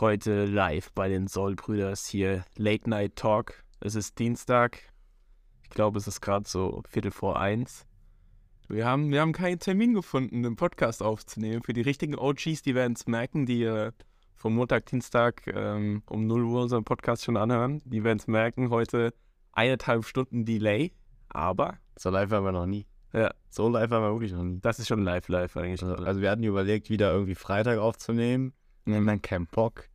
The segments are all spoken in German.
Heute live bei den Soul-Brüders hier Late Night Talk. Es ist Dienstag. Ich glaube, es ist gerade so Viertel vor eins. Wir haben, wir haben keinen Termin gefunden, den Podcast aufzunehmen. Für die richtigen OGs, die werden es merken, die äh, vom Montag, Dienstag ähm, um 0 Uhr unseren Podcast schon anhören. Die werden es merken, heute eineinhalb Stunden Delay. Aber So live waren wir noch nie. Ja. So live waren wir wirklich noch nie. das ist schon live, live eigentlich. Also, also wir hatten überlegt, wieder irgendwie Freitag aufzunehmen und haben dann keinen Bock.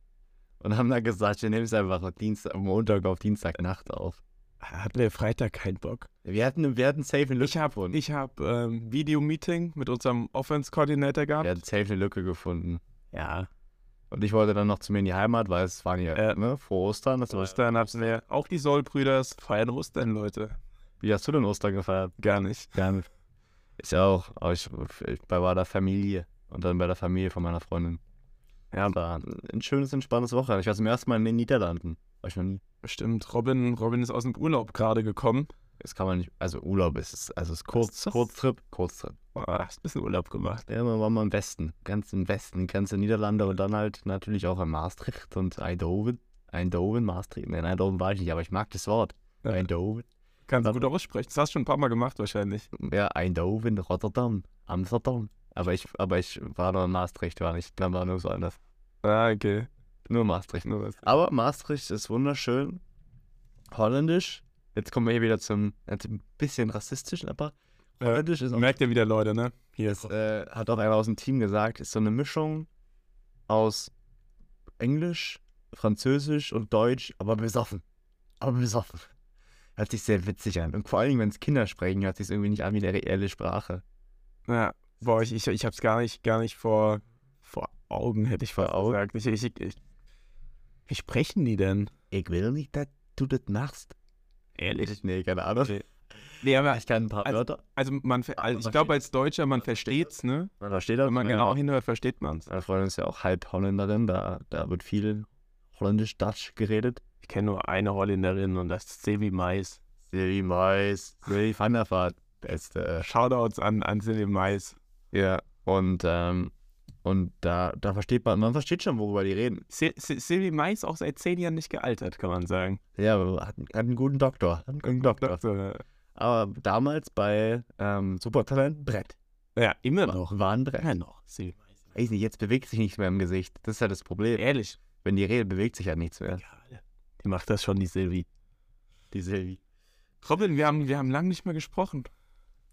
Und haben dann gesagt, wir nehmen es einfach auf Dienstag, Montag auf Dienstagnacht auf. Hatten wir Freitag keinen Bock? Wir hatten, wir hatten safe eine Lücke Ich habe gefunden. ich hab, ähm, Video-Meeting mit unserem Offense-Coordinator gehabt. wir hatten safe eine Lücke gefunden. Ja. Und ich wollte dann noch zu mir in die Heimat, weil es waren ja, Äh. Ja. ne, vor Ostern. Das war, Ostern hatten wir. Auch die Soul-Brüders feiern Ostern, Leute. Wie hast du denn Ostern gefeiert? Gar nicht. Gar nicht. Ich auch. Aber ich, ich war bei der Familie. Und dann bei der Familie von meiner Freundin. Ja. Das war äh, ein schönes, entspanntes Wochenende. Ich war zum ersten Mal in den Niederlanden. War ich noch nie. Stimmt, Robin, Robin ist aus dem Urlaub gerade gekommen. Das kann man nicht. Also Urlaub ist es. Also es ist kurz, Ist das- Kurztrip, Kurztrip. Oh, hast ein bisschen Urlaub gemacht. Ja, man war mal im Westen. Ganz im Westen, ganz in Niederlande und dann halt natürlich auch in Maastricht und Eindhoven. Eindhoven, Maastricht. Nein, Eindhoven war ich nicht, aber ich mag das Wort. Ja. Eindhoven. Kannst du Warte. gut aussprechen. Das hast du schon ein paar Mal gemacht wahrscheinlich. Ja, Eindhoven, Rotterdam, Amsterdam. Aber ich, aber ich war noch in Maastricht, war nicht. Dann war nur so anders. Ah, okay. Nur Maastricht. Nur was. Aber Maastricht ist wunderschön. Holländisch. Jetzt kommen wir hier wieder zum jetzt ein bisschen rassistischen, aber Ja. Holländisch ist auch Merkt ihr wieder, Leute, ne? Hier ist. äh, hat auch einer aus dem Team gesagt, ist so eine Mischung aus Englisch, Französisch und Deutsch, aber besoffen. Aber besoffen. Hört sich sehr witzig an. Und vor allen Dingen, wenn es Kinder sprechen, hört sich irgendwie nicht an wie eine reelle Sprache. Ja, boah, ich, ich, ich hab's gar nicht, gar nicht vor, vor Augen, hätte ich vor Augen. Gesagt. Ich, ich, ich, wie sprechen die denn? Ich will nicht, dass du das machst. Ehrlich? Nee, keine Ahnung. Okay. Nee, aber Ich kann ein paar Also- Wörter. Also man, ver- also ich versteht- glaube als Deutscher, man versteht's, ne? Man versteht das. Wenn man ne? genau hinhört, versteht man's. Meine Freundin ist ja auch halb Holländerin, da, da wird viel Holländisch-Dutch geredet. Ich kenne nur eine Holländerin und das ist Sevi Mais. Silly Mais, Silly Van der Vaart, beste. Shoutouts an, an Sevi Mais. Ja, und, ähm, und da, da versteht man, man versteht schon, worüber die reden. Se- Se- Sevi Mais auch seit zehn Jahren nicht gealtert, kann man sagen. Ja, aber hat, hat einen guten Doktor. Hat einen guten Doktor. Also, Aber damals bei ähm, Supertalent Brett. ja, immer noch. Noch. War ein Brett. Immer noch. Sevi Mais. Weiß nicht, jetzt bewegt sich nichts mehr im Gesicht. Das ist ja das Problem. Ehrlich. Wenn die Rede bewegt sich ja nichts mehr. Egal. Die macht das schon, die Silvi. Die Silvi. Robin, wir haben, wir haben lange nicht mehr gesprochen.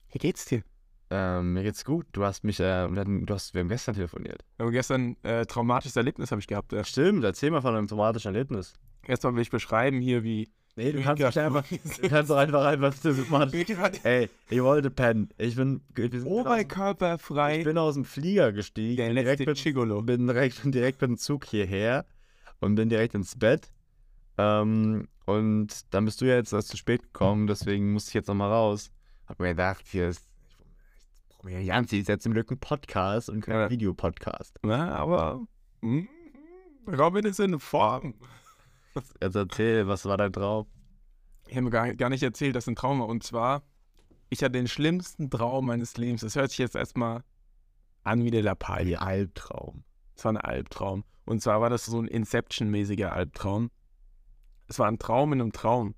Wie geht's dir? Ähm, mir geht's gut. Du hast mich, äh, wir hatten- du hast, wir haben gestern telefoniert. Wir haben gestern äh, traumatisches Erlebnis habe ich gehabt. Äh, Stimmt, erzähl mal von einem traumatischen Erlebnis. Erstmal will ich beschreiben hier, wie. Nee, du wie kannst nicht Inga- einfach, du kannst doch einfach einfach symptomatisch. Ey, ich wollte pennen. Ich bin, wir sind Ich Oberkörperfrei. bin aus dem Flieger gestiegen. Der direkt letzte mit, Chigolo. bin direkt, direkt mit dem Zug hierher und bin direkt ins Bett. Ähm, und dann bist du ja jetzt erst zu spät gekommen, deswegen musste ich jetzt nochmal raus. Hab mir gedacht, hier ist. Janzi ist jetzt im Glück ein Podcast und kein Ja. Videopodcast. Na, aber. mm, Robin ist in Form. Jetzt erzähl, was war dein Traum? Ich habe mir gar, gar nicht erzählt, das ist ein Trauma. Und zwar, ich hatte den schlimmsten Traum meines Lebens. Das hört sich jetzt erstmal an wie der Lappal. Ein Albtraum. Es war ein Albtraum. Und zwar war das so ein Inception-mäßiger Albtraum. Es war ein Traum in einem Traum.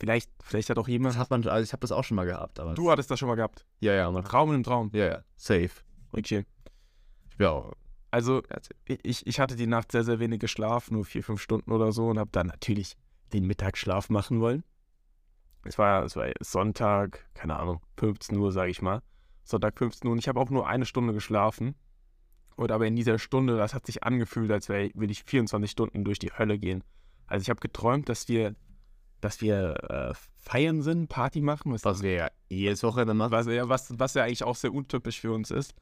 Vielleicht, vielleicht hat auch Das jemand. hat man, also ich habe das auch schon mal gehabt, aber. Du hattest das schon mal gehabt. ja, ja, man, Traum in einem Traum. ja, ja, safe. Okay. Ja, Also, erzähl. ich, ich hatte die Nacht sehr, sehr wenig geschlafen, nur vier, fünf Stunden oder so, und habe dann natürlich den Mittagsschlaf machen wollen. Es war, es war Sonntag, keine Ahnung, 15 Uhr, sage ich mal. Sonntag 15 Uhr und ich habe auch nur eine Stunde geschlafen. Und aber in dieser Stunde, das hat sich angefühlt, als wäre will ich 24 Stunden durch die Hölle gehen. Also ich habe geträumt, dass wir, dass wir äh, feiern sind, Party machen. Was, Was wir ja jedes Wochenende machen. was, ja, was, was ja eigentlich auch sehr untypisch für uns ist.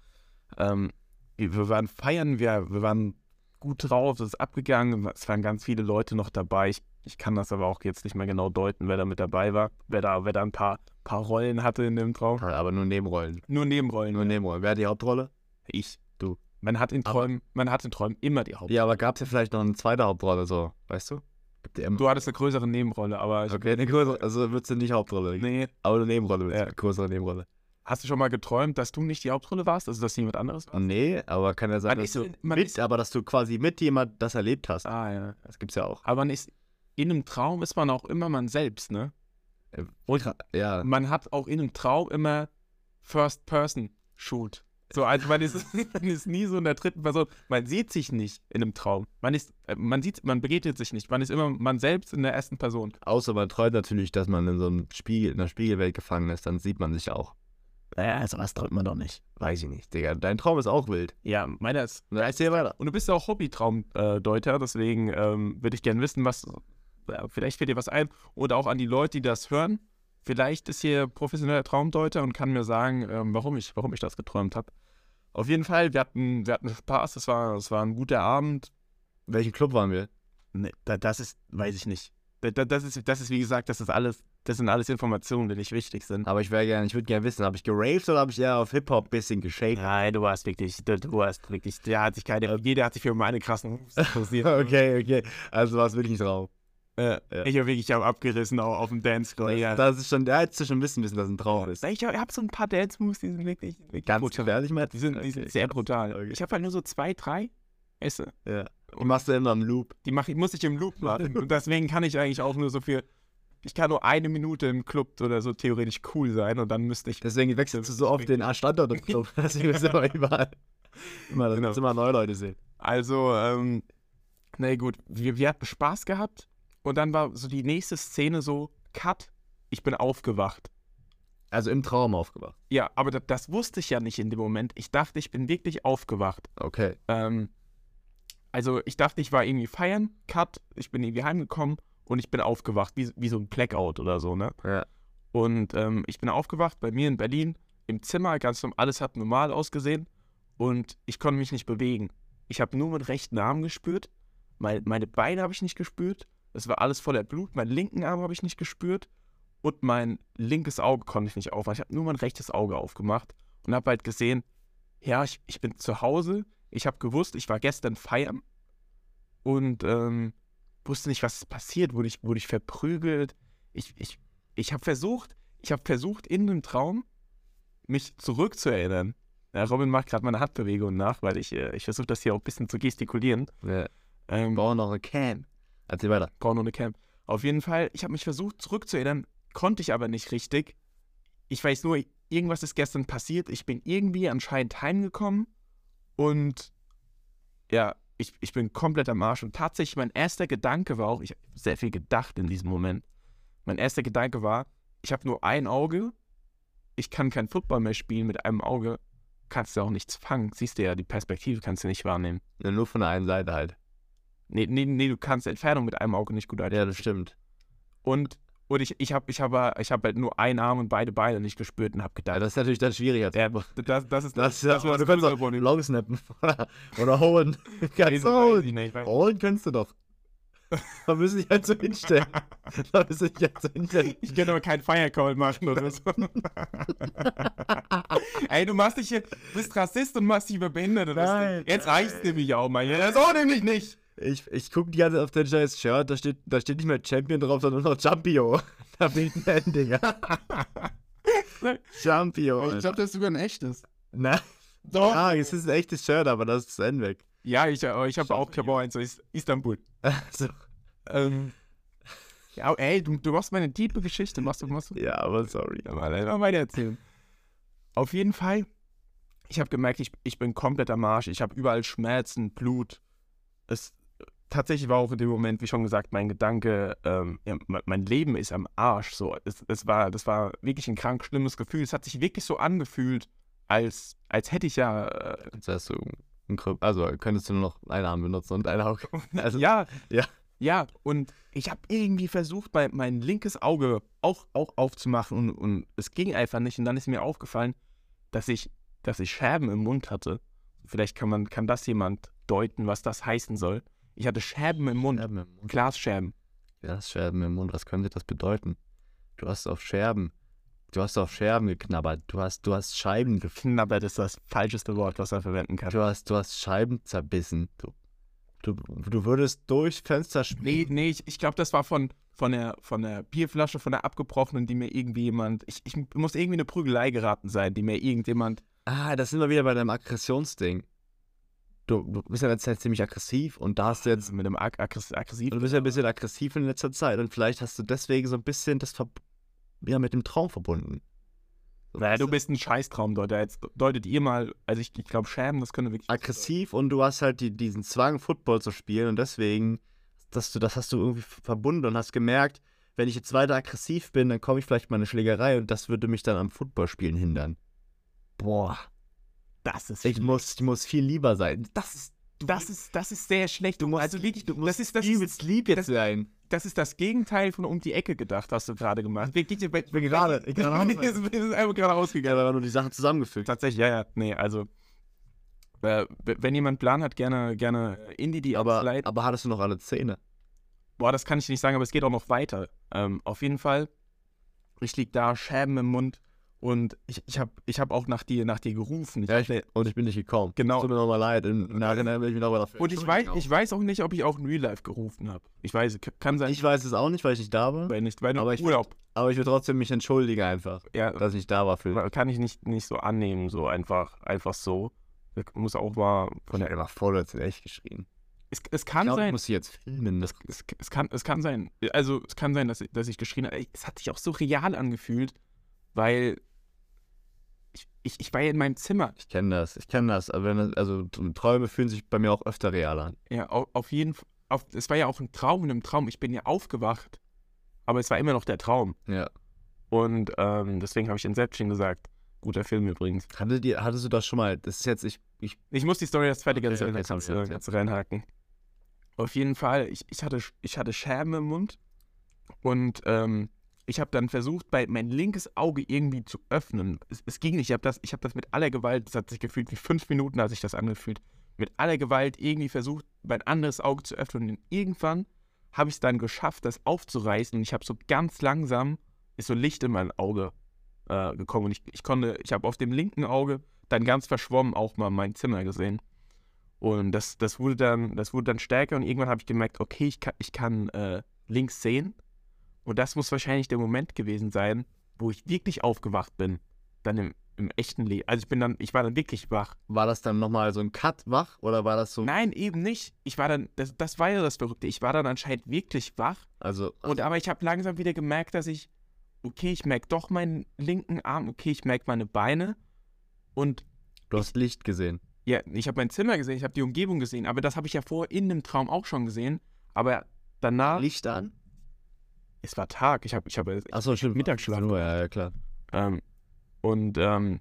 Ähm, wir waren feiern, wir, wir waren gut drauf, es ist abgegangen, es waren ganz viele Leute noch dabei. Ich, ich kann das aber auch jetzt nicht mehr genau deuten, wer da mit dabei war, wer da, wer da ein paar, paar Rollen hatte in dem Traum. Aber nur Nebenrollen. Nur Nebenrollen. Nur Nebenrollen. Wer hat die Hauptrolle? Ich. Du. Man hat in Aber- Träumen, man hat in Träumen immer die Hauptrolle. Ja, aber gab es ja vielleicht noch eine zweite Hauptrolle, so, weißt du? Gibt ja immer. Du hattest eine größere Nebenrolle, aber ich, okay, eine größere, also würdest du nicht Hauptrolle, nee, aber eine Nebenrolle, willst du, Ja. eine größere Nebenrolle. Hast du schon mal geträumt, dass du nicht die Hauptrolle warst, also dass jemand anderes war? Nee, aber kann ja sein, Man dass ist du in- man mit, ist- aber dass du quasi mit jemand das erlebt hast. Ah, ja. Das gibt's ja auch. Aber man ist, in einem Traum ist man auch immer man selbst, ne? Äh, Und Ja. man hat auch in einem Traum immer First-Person-Shoot. So, also man ist, man ist nie so in der dritten Person. Man sieht sich nicht in einem Traum. Man ist, äh, man sieht, man begegnet sich nicht. Man ist immer man selbst in der ersten Person. Außer man träumt natürlich, dass man in so einem Spiegel, in einer Spiegelwelt gefangen ist, dann sieht man sich auch. Naja, sowas träumt man doch nicht. Weiß ich nicht, Digga. Dein Traum ist auch wild. Ja, meiner ist. Na, erzähl weiter. Und du bist ja auch Hobbytraumdeuter, deswegen ähm, würde ich gerne wissen, was, ja, vielleicht fällt dir was ein. Oder auch an die Leute, die das hören. Vielleicht ist hier professioneller Traumdeuter und kann mir sagen, ähm, warum, ich, warum ich das geträumt habe. Auf jeden Fall, wir hatten, wir hatten Spaß, es war, es war ein guter Abend. Welchen Club waren wir? Nee, Ne, da, das ist, weiß ich nicht. Da, da, das, ist, das ist, wie gesagt, das ist alles, das sind alles Informationen, die nicht wichtig sind. Aber ich wäre gerne, ich würde gerne wissen, habe ich geraved oder habe ich eher auf Hip-Hop bisschen geshaped? Nein, du warst wirklich, du, du warst wirklich, der hat sich keine, jeder hat sich für meine krassen Moves interessiert. Okay, okay. Also war es wirklich drauf. Äh, Ja. Ich habe wirklich am abgerissen auch auf dem Dancefloor. Ja. Das ist schon, da hättest du schon wissen müssen, dass ein Traum ist. Ich habe so ein paar Dance-Moves, die sind wirklich, wirklich Ganz brutal. ehrlich, Matt. Die sind, die sind sehr brutal. Okay. Ich habe halt nur so zwei, drei Esse. Ja. Die machst du immer im Loop. Die mach, ich muss ich im Loop machen. Und deswegen kann ich eigentlich auch nur so viel. Ich kann nur eine Minute im Club oder so theoretisch cool sein und dann müsste ich. Deswegen wechselst du so oft den A Standort im Club. Deswegen bist du immer überall. Immer, dass Genau. immer neue Leute sehen. Also, ähm, na gut, wir, wir hatten Spaß gehabt und dann war so die nächste Szene so: Cut, ich bin aufgewacht. Also im Traum aufgewacht. Ja, aber das, das wusste ich ja nicht in dem Moment. Ich dachte, ich bin wirklich aufgewacht. Okay. Ähm, also ich dachte, ich war irgendwie feiern, cut, ich bin irgendwie heimgekommen und ich bin aufgewacht, wie, wie so ein Blackout oder so, ne? Ja. Und ähm, ich bin aufgewacht bei mir in Berlin, im Zimmer, ganz normal, alles hat normal ausgesehen und ich konnte mich nicht bewegen. Ich habe nur meinen rechten Arm gespürt, mein, meine Beine habe ich nicht gespürt, es war alles voller Blut, meinen linken Arm habe ich nicht gespürt und mein linkes Auge konnte ich nicht aufmachen. Ich habe nur mein rechtes Auge aufgemacht und habe halt gesehen, ja, ich, ich bin zu Hause, ich habe gewusst, ich war gestern feiern und ähm, wusste nicht, was ist passiert, wurde ich, wurde ich verprügelt. Ich, ich, ich habe versucht, ich habe versucht, in dem Traum mich zurückzuerinnern. Ja, Robin macht gerade meine Handbewegungen nach, weil ich, äh, ich versuche das hier auch ein bisschen zu gestikulieren. Wir Ähm, brauchen noch eine Cam. Erzähl weiter. Porn ohne Camp. Auf jeden Fall, ich habe mich versucht zurückzuerinnern, konnte ich aber nicht richtig. Ich weiß nur, irgendwas ist gestern passiert. Ich bin irgendwie anscheinend heimgekommen und ja, ich, ich bin komplett am Arsch. Und tatsächlich, mein erster Gedanke war auch, ich habe sehr viel gedacht in diesem Moment. Mein erster Gedanke war, ich habe nur ein Auge, ich kann kein Football mehr spielen mit einem Auge, kannst du auch nichts fangen. Siehst du ja, die Perspektive kannst du nicht wahrnehmen. Ja, nur von der einen Seite halt. Nee, nee, nee, du kannst Entfernung mit einem Auge nicht gut Ja, das stimmt. Und, und ich, ich habe ich hab, ich hab halt nur einen Arm und beide Beine nicht gespürt und habe Ja, gedacht, das ist natürlich dann schwieriger. ja, das, das ist Das, das, war das du kannst auch Fußballproblem. Long snappen oder, oder holen. Kannst Riesen- du holen. weiß ich nicht, weiß- Holen kannst du doch. Da müssen dich halt so hinstellen. Da müssen dich halt so hinstellen. Ich könnte aber keinen Firecall machen oder so. Ey, du machst dich hier, bist Rassist und machst dich über Behinderte. Nein. lustig. Jetzt reicht's nämlich auch mal. Ja, so nämlich nicht. Ich, ich gucke die ganze Zeit auf dein scheiß Shirt, da steht, da steht nicht mehr Champion drauf, sondern nur noch Jumpio. Da fehlt ein N, Digga. Jumpio. glaube, Oh, das ist sogar ein echtes. Nein. Doch. Ah, es ist ein echtes Shirt, aber das ist das N weg. Ja, ich, aber ich habe auch Kabau 1, so ist Istanbul. So. Ähm, ja, ey, du, du machst meine tiefe Geschichte. Machst du, machst du Ja, aber sorry. Ja, mal, mal weiter erzählen. Auf jeden Fall, ich habe gemerkt, ich, ich bin komplett am Arsch. Ich habe überall Schmerzen, Blut. Es tatsächlich war auch in dem Moment, wie schon gesagt, mein Gedanke, ähm, ja, mein, mein Leben ist am Arsch. So, es, es war, das war wirklich ein krank schlimmes Gefühl. Es hat sich wirklich so angefühlt, als, als hätte ich ja, äh, Jetzt hast du einen Krüpp- Also könntest du nur noch einen Arm benutzen und ein Auge. Also, ja, Ja. ja. Und ich habe irgendwie versucht, mein, mein linkes Auge auch, auch aufzumachen und, und es ging einfach nicht. Und dann ist mir aufgefallen, dass ich, dass ich Scherben im Mund hatte. Vielleicht kann man, kann das jemand deuten, was das heißen soll. Ich hatte Scherben im Mund, Scherben im Mund. Glasscherben. Ja, das Scherben im Mund, was könnte das bedeuten? Du hast auf Scherben. Du hast auf Scherben geknabbert. Du hast, du hast Scheiben gef Knabbert ist das falscheste Wort, was er verwenden kann. Du hast, du hast Scheiben zerbissen. Du, Du, du würdest durch Fenster Nee, spielen. nee, ich, ich glaube, das war von, von, der, von der Bierflasche, von der abgebrochenen, die mir irgendwie jemand. Ich, ich muss irgendwie eine Prügelei geraten sein, die mir irgendjemand. Ah, das sind wir wieder bei deinem Aggressionsding. Du, du bist ja in letzter Zeit ziemlich aggressiv und da hast du jetzt. also Mit einem ag aggress aggressiv. Du bist ja ein bisschen aggressiv in letzter Zeit und vielleicht hast du deswegen so ein bisschen das Ver ja, mit dem Traum verbunden. So, Naja, weißt du bist ein Scheißtraumdeuter. Jetzt deutet ihr mal, also ich, ich glaube, Schämen, das könnte wirklich. aggressiv und du hast halt die, diesen Zwang, Football zu spielen und deswegen, dass du, das hast du irgendwie ver- verbunden und hast gemerkt, wenn ich jetzt weiter aggressiv bin, dann komme ich vielleicht mal in eine Schlägerei und das würde mich dann am Footballspielen hindern. Boah, Das ist ich muss, ich muss viel lieber sein. Das ist, das ist, das ist sehr schlecht. Du musst, also wirklich, du das ist das, Übelst lieb jetzt sein. das ist das Gegenteil von um die Ecke gedacht, hast du gerade gemacht. Wirklich, ich bin gerade- ich bin gerade- es ist einfach gerade Ja, ausgegangen. weil man nur die Sachen zusammengefügt hat. Tatsächlich, ja, ja, nee, also äh, w- wenn jemand Plan hat, gerne, gerne in die die Aber, Slide. aber hattest du noch alle Zähne? Boah, das kann ich nicht sagen, aber es geht auch noch weiter. Ähm, auf jeden Fall, ich lieg da, Schäben im Mund und ich, ich habe ich hab auch nach dir, nach dir gerufen. Ich Ja, ich, und ich bin nicht gekommen. Genau. Tut mir nochmal leid. Im Nachhinein will ich mich nochmal dafür. Und ich genau. weiß, ich weiß auch nicht, ob ich auch in Real Life gerufen habe. Ich weiß, k- kann sein, ich weiß es auch nicht, weil ich nicht da war. aber nicht, weil aber du ich- Urlaub. Aber ich will trotzdem mich entschuldigen einfach, Ja, dass ich nicht da war für. kann ich nicht, nicht so annehmen, so einfach, einfach so. Das muss auch mal von der. immer vor, du hast echt geschrien. Es, es kann Ich glaub, ich sein. muss sie jetzt filmen. Das, Es, es, kann, es kann sein. Also, es kann sein, dass, ich- dass ich geschrien habe. Es hat sich auch so real angefühlt, weil ich, ich, ich war ja in meinem Zimmer. ich kenne das, ich kenne das. Aber wenn, das- also t- Träume fühlen sich bei mir auch öfter real an. Ja, auf, auf jeden Fall. Auf, es war ja auch ein Traum in einem Traum. Ich bin ja aufgewacht, aber es war immer noch der Traum. Ja. Und ähm, deswegen habe ich Inception gesagt. Guter Film übrigens. Hattet ihr, hattest du das schon mal? Das ist jetzt, ich, ich Ich muss die Story erst fertig Okay, erzählen, okay, dann kannst, sorry, du- erzähl. kannst du reinhaken. Auf jeden Fall, ich, ich, hatte, ich hatte Scherben im Mund und ähm, ich habe dann versucht, bei, mein linkes Auge irgendwie zu öffnen. Es, es ging nicht, ich habe das, ich hab das mit aller Gewalt, es hat sich gefühlt wie fünf Minuten, hat sich das angefühlt, mit aller Gewalt irgendwie versucht, mein anderes Auge zu öffnen und irgendwann habe ich es dann geschafft, das aufzureißen und ich habe so ganz langsam, ist so Licht in mein Auge äh, gekommen und ich, ich konnte, ich habe auf dem linken Auge dann ganz verschwommen auch mal mein Zimmer gesehen. Und das, das, wurde, dann, das wurde dann stärker und irgendwann habe ich gemerkt, okay, ich kann, ich kann äh, links sehen. Und das muss wahrscheinlich der Moment gewesen sein, wo ich wirklich aufgewacht bin. Dann im, im echten Leben. Also ich bin dann, ich war dann wirklich wach. war das dann nochmal so ein Cut wach oder war das so? Nein, eben nicht. Ich war dann, das, das war ja das Verrückte. Ich war dann anscheinend wirklich wach. Also Und aber ich habe langsam wieder gemerkt, dass ich, okay, ich merke doch meinen linken Arm, okay, ich merke meine Beine. Und du hast Licht gesehen. Ja, ich habe mein Zimmer gesehen, ich habe die Umgebung gesehen, aber das habe ich ja vor in dem Traum auch schon gesehen. Aber danach, Licht an? es war Tag, ich habe, ich habe, Achso, stimmt. Mittagsschlaf. Nur, ja, ja, klar. ähm, und ähm,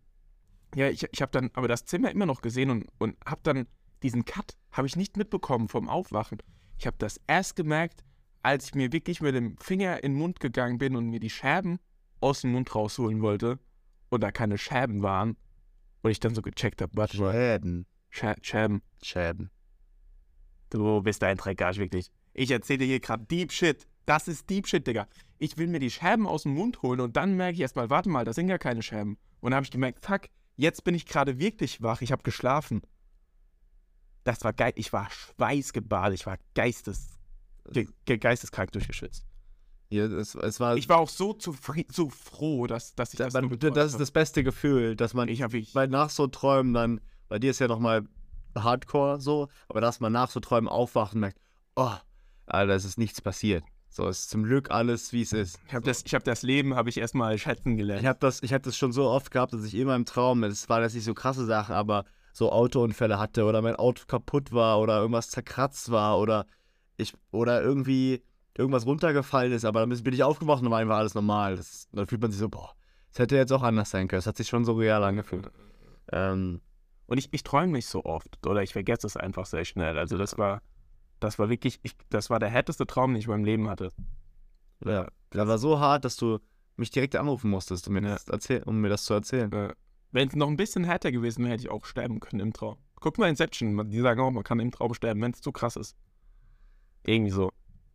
ja, ich, ich habe dann, aber das Zimmer immer noch gesehen und, und habe dann diesen Cut, habe ich nicht mitbekommen vom Aufwachen. Ich habe das erst gemerkt, als ich mir wirklich mit dem Finger in den Mund gegangen bin und mir die Scherben aus dem Mund rausholen wollte und da keine Scherben waren und ich dann so gecheckt habe, warte mal, Schäden. Scher- Scherben. Schäden. Du bist ein Dreckarsch, wirklich. Ich erzähle dir hier gerade Deep Shit. Das ist Deep Shit, Digga. Ich will mir die Scherben aus dem Mund holen und dann merke ich erstmal, warte mal, das sind gar keine Scherben. Und dann habe ich gemerkt, fuck, jetzt bin ich gerade wirklich wach, ich habe geschlafen. Das war geil, ich war schweißgebadet, ich war geistes, ge ge geisteskrank durchgeschwitzt. Ja, es, es war. Ich war auch so zufrieden, so froh, dass, dass ich da- das man, so Also das ist das beste Gefühl, dass man Ich habe ich, weil nach so Träumen dann, bei dir ist ja nochmal Hardcore so, aber dass man nach so Träumen aufwacht und merkt, oh, Alter, es ist nichts passiert. So, es ist zum Glück alles, wie es ist. ich habe das, ich hab das Leben, habe ich erstmal schätzen gelernt. Ich habe das, ich hab das schon so oft gehabt, dass ich immer im Traum, es waren jetzt nicht so krasse Sachen, aber so Autounfälle hatte oder mein Auto kaputt war oder irgendwas zerkratzt war oder ich oder irgendwie irgendwas runtergefallen ist, aber dann bin ich aufgewacht und war einfach alles normal. Das, dann fühlt man sich so, boah, es hätte jetzt auch anders sein können. Es hat sich schon so real angefühlt. Ähm, Und ich, ich träume nicht so oft oder ich vergesse es einfach sehr schnell. Also das war, das war wirklich, ich, das war der härteste Traum, den ich in meinem Leben hatte. Ja, das war so hart, dass du mich direkt anrufen musstest, um mir, das, erzähl um mir das zu erzählen. Wenn es Äh, noch ein bisschen härter gewesen wäre, hätte ich auch sterben können im Traum. Guck mal Inception, man- die sagen auch, man kann im Traum sterben, wenn es zu krass ist. Irgendwie so.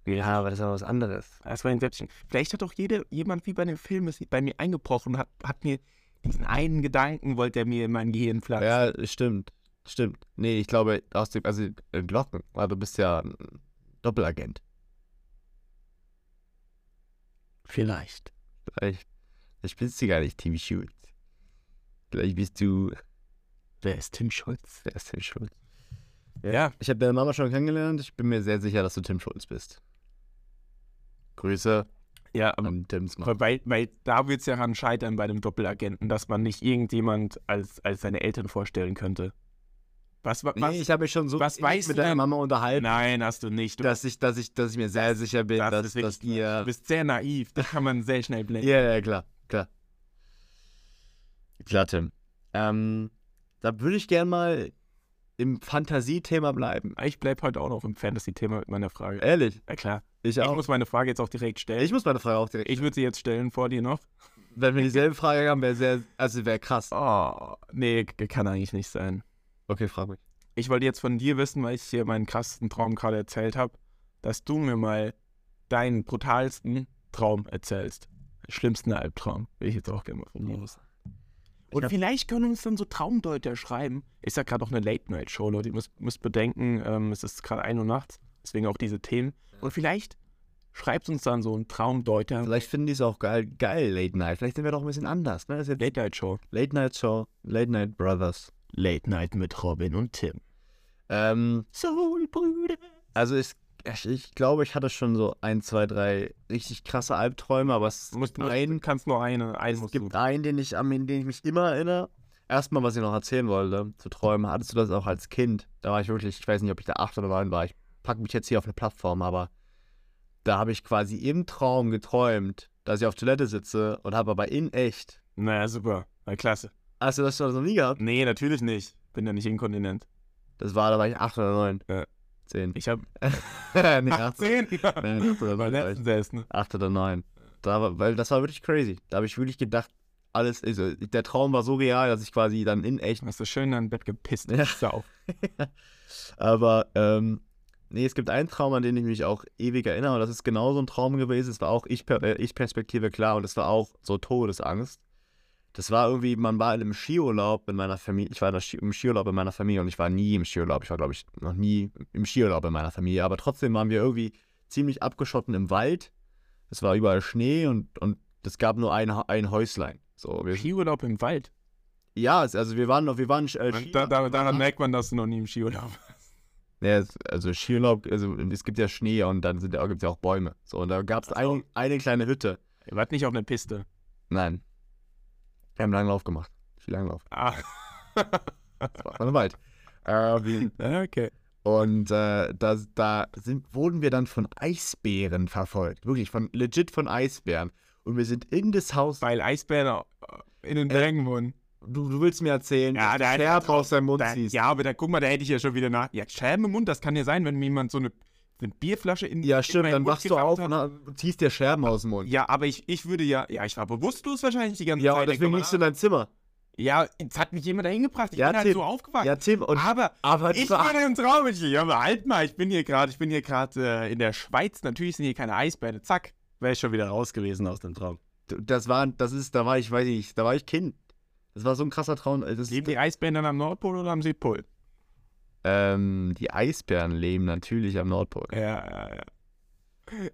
Ja, aber das ist aber was anderes. Das war Inception. Vielleicht hat auch jede, jemand wie bei dem Film ist bei mir eingebrochen und hat, hat mir diesen einen Gedanken, wollte er mir in mein Gehirn pflanzen. Ja, stimmt. Stimmt. Nee, ich glaube, aus dem, also äh, Glocken, weil du bist ja ein Doppelagent. Vielleicht. Vielleicht, vielleicht bist du gar nicht Team Schulz. Vielleicht bist du. Wer ist Tim Schulz? Wer ist Tim Schulz? Ja, Ich habe deine Mama schon kennengelernt. Ich bin mir sehr sicher, dass du Tim Schulz bist. Grüße ja, aber an Tims Mama. weil, weil da wird es ja ran scheitern bei einem Doppelagenten, dass man nicht irgendjemand als, als seine Eltern vorstellen könnte. Was, was, Nee, ich habe mich schon so was innig weißt mit du deiner denn? Mama unterhalten, Nein, hast du nicht. Du dass ich, dass ich, dass ich mir sehr sicher bin, Das dass, ist wirklich dass ihr. bist sehr naiv. Das kann man sehr schnell blenden. Ja, ja, klar, klar. Klar, Tim. Ähm, da würde ich gerne mal im Fantasiethema bleiben. Ich bleibe heute auch noch im Fantasy-Thema mit meiner Frage. Ehrlich, Na klar. ich Äh, Ich auch. muss meine Frage jetzt auch direkt stellen. Ich muss meine Frage auch direkt. Ich würde sie jetzt stellen vor dir noch. Wenn wir dieselbe Frage haben, wäre sehr, also wäre krass. Oh, nee, k- kann eigentlich nicht sein. Okay, frag mich. Ich wollte jetzt von dir wissen, weil ich hier meinen krassesten Traum gerade erzählt habe, dass du mir mal deinen brutalsten Traum erzählst. Schlimmsten Albtraum. Will ich jetzt auch gerne mal von dir wissen. Und hab- vielleicht können uns dann so Traumdeuter schreiben. Ist ja gerade auch eine Late-Night-Show, Leute. Ihr müsst, müsst bedenken, ähm, es ist gerade 1 Uhr nachts, deswegen auch diese Themen. Und vielleicht schreibt uns dann so ein Traumdeuter. Vielleicht finden die es auch geil, geil, Late Night. Vielleicht sind wir doch ein bisschen anders. Ne? Das ist jetzt Late-Night-Show. Late Night Show, Late Night Brothers. Late-Night mit Robin und Tim. Ähm, Soul-Brüder. also ich, ich glaube, ich hatte schon so ein, zwei, drei richtig krasse Albträume, aber es Du musst gibt nur einen, einen, kannst nur eine. Einen es musst gibt einen, den ich, an den ich mich immer erinnere. Erstmal, was ich noch erzählen wollte, zu träumen, hattest du das auch als Kind? Da war ich wirklich, ich weiß nicht, ob ich da acht oder neun war. Ich packe mich jetzt hier auf eine Plattform, aber da habe ich quasi im Traum geträumt, dass ich auf Toilette sitze und habe aber in echt. du. Naja, super. Na, klasse. Hast du das schon noch nie gehabt? Nee, natürlich nicht. Bin ja nicht inkontinent. Das war, da war ich acht oder neun. Ja. Zehn. Ich habe nee, acht. 18. Nee, acht oder Bei neun war ich. letzten Essen. Acht oder neun. Da war, weil das war wirklich crazy. Da habe ich wirklich gedacht, alles, also der Traum war so real, dass ich quasi dann in echt. Hast du schön in dein Bett gepisst. Ja. Sau. Aber, ähm, nee, es gibt einen Traum, an den ich mich auch ewig erinnere. Und das ist genau so ein Traum gewesen. Es war auch Ich- äh, Ich-Perspektive klar und es war auch so Todesangst. Das war irgendwie, man war in einem Skiurlaub mit meiner Familie. Ich war in der Ski im Skiurlaub mit meiner Familie und ich war nie im Skiurlaub. Ich war, glaube ich, noch nie im Skiurlaub mit meiner Familie. Aber trotzdem waren wir irgendwie ziemlich abgeschotten im Wald. Es war überall Schnee und, und es gab nur ein, Ha- ein Häuslein. So, wir, Skiurlaub im Wald. ja, es- also wir waren noch, wir waren äh, Ski- Da, da, daran merkt man, dass du noch nie im Skiurlaub warst. Ja, es- also Skiurlaub, also es gibt ja Schnee und dann sind ja, gibt es ja auch Bäume. So, und da gab es ein, eine kleine Hütte. Ihr wart nicht auf einer Piste. Nein. Wir haben Langlauf gemacht. Viel Langlauf. Ah, Das war ein Wald. Äh, okay. und äh, da, da sind, wurden wir dann von Eisbären verfolgt. Wirklich, von legit von Eisbären. Und wir sind in das Haus. Weil Eisbären in Äh, den Bergen wohnen. Du, du willst mir erzählen, Ja, dass du da hätte ich Scherb aus deinem Mund Da, ziehst. ja, aber da guck mal, da hätte ich ja schon wieder nach. Ja, Scherben im Mund, das kann ja sein, wenn mir jemand so eine, eine Bierflasche in Ja, in stimmt. meinen Dann Mund wachst du gerammt auf hat. und dann ziehst dir Scherben aus dem Mund. Ja, aber ich, ich würde ja, ja, ich war bewusstlos wahrscheinlich die ganze Ja, Zeit. und deswegen Denk liegst du doch in mal dein Zimmer. nach. ja, jetzt hat mich jemand dahin gebracht. Ich Ja, bin halt Tim. so aufgewacht. Ja, Tim. Und, aber aber Ah, ich war- war im Traum. Ich, ja, aber halt mal, ich bin hier gerade, ich bin hier gerade äh, in der Schweiz. Natürlich sind hier keine Eisbären. Zack, wäre ich schon wieder raus gewesen aus dem Traum. D- das war, das ist, da war ich, weiß ich, nicht, da war ich Kind. Das war so ein krasser Traum. äh, Das, Leben die Eisbären dann am Nordpol oder am Südpol? ähm, die Eisbären leben natürlich am Nordpol. Ja, ja, ja.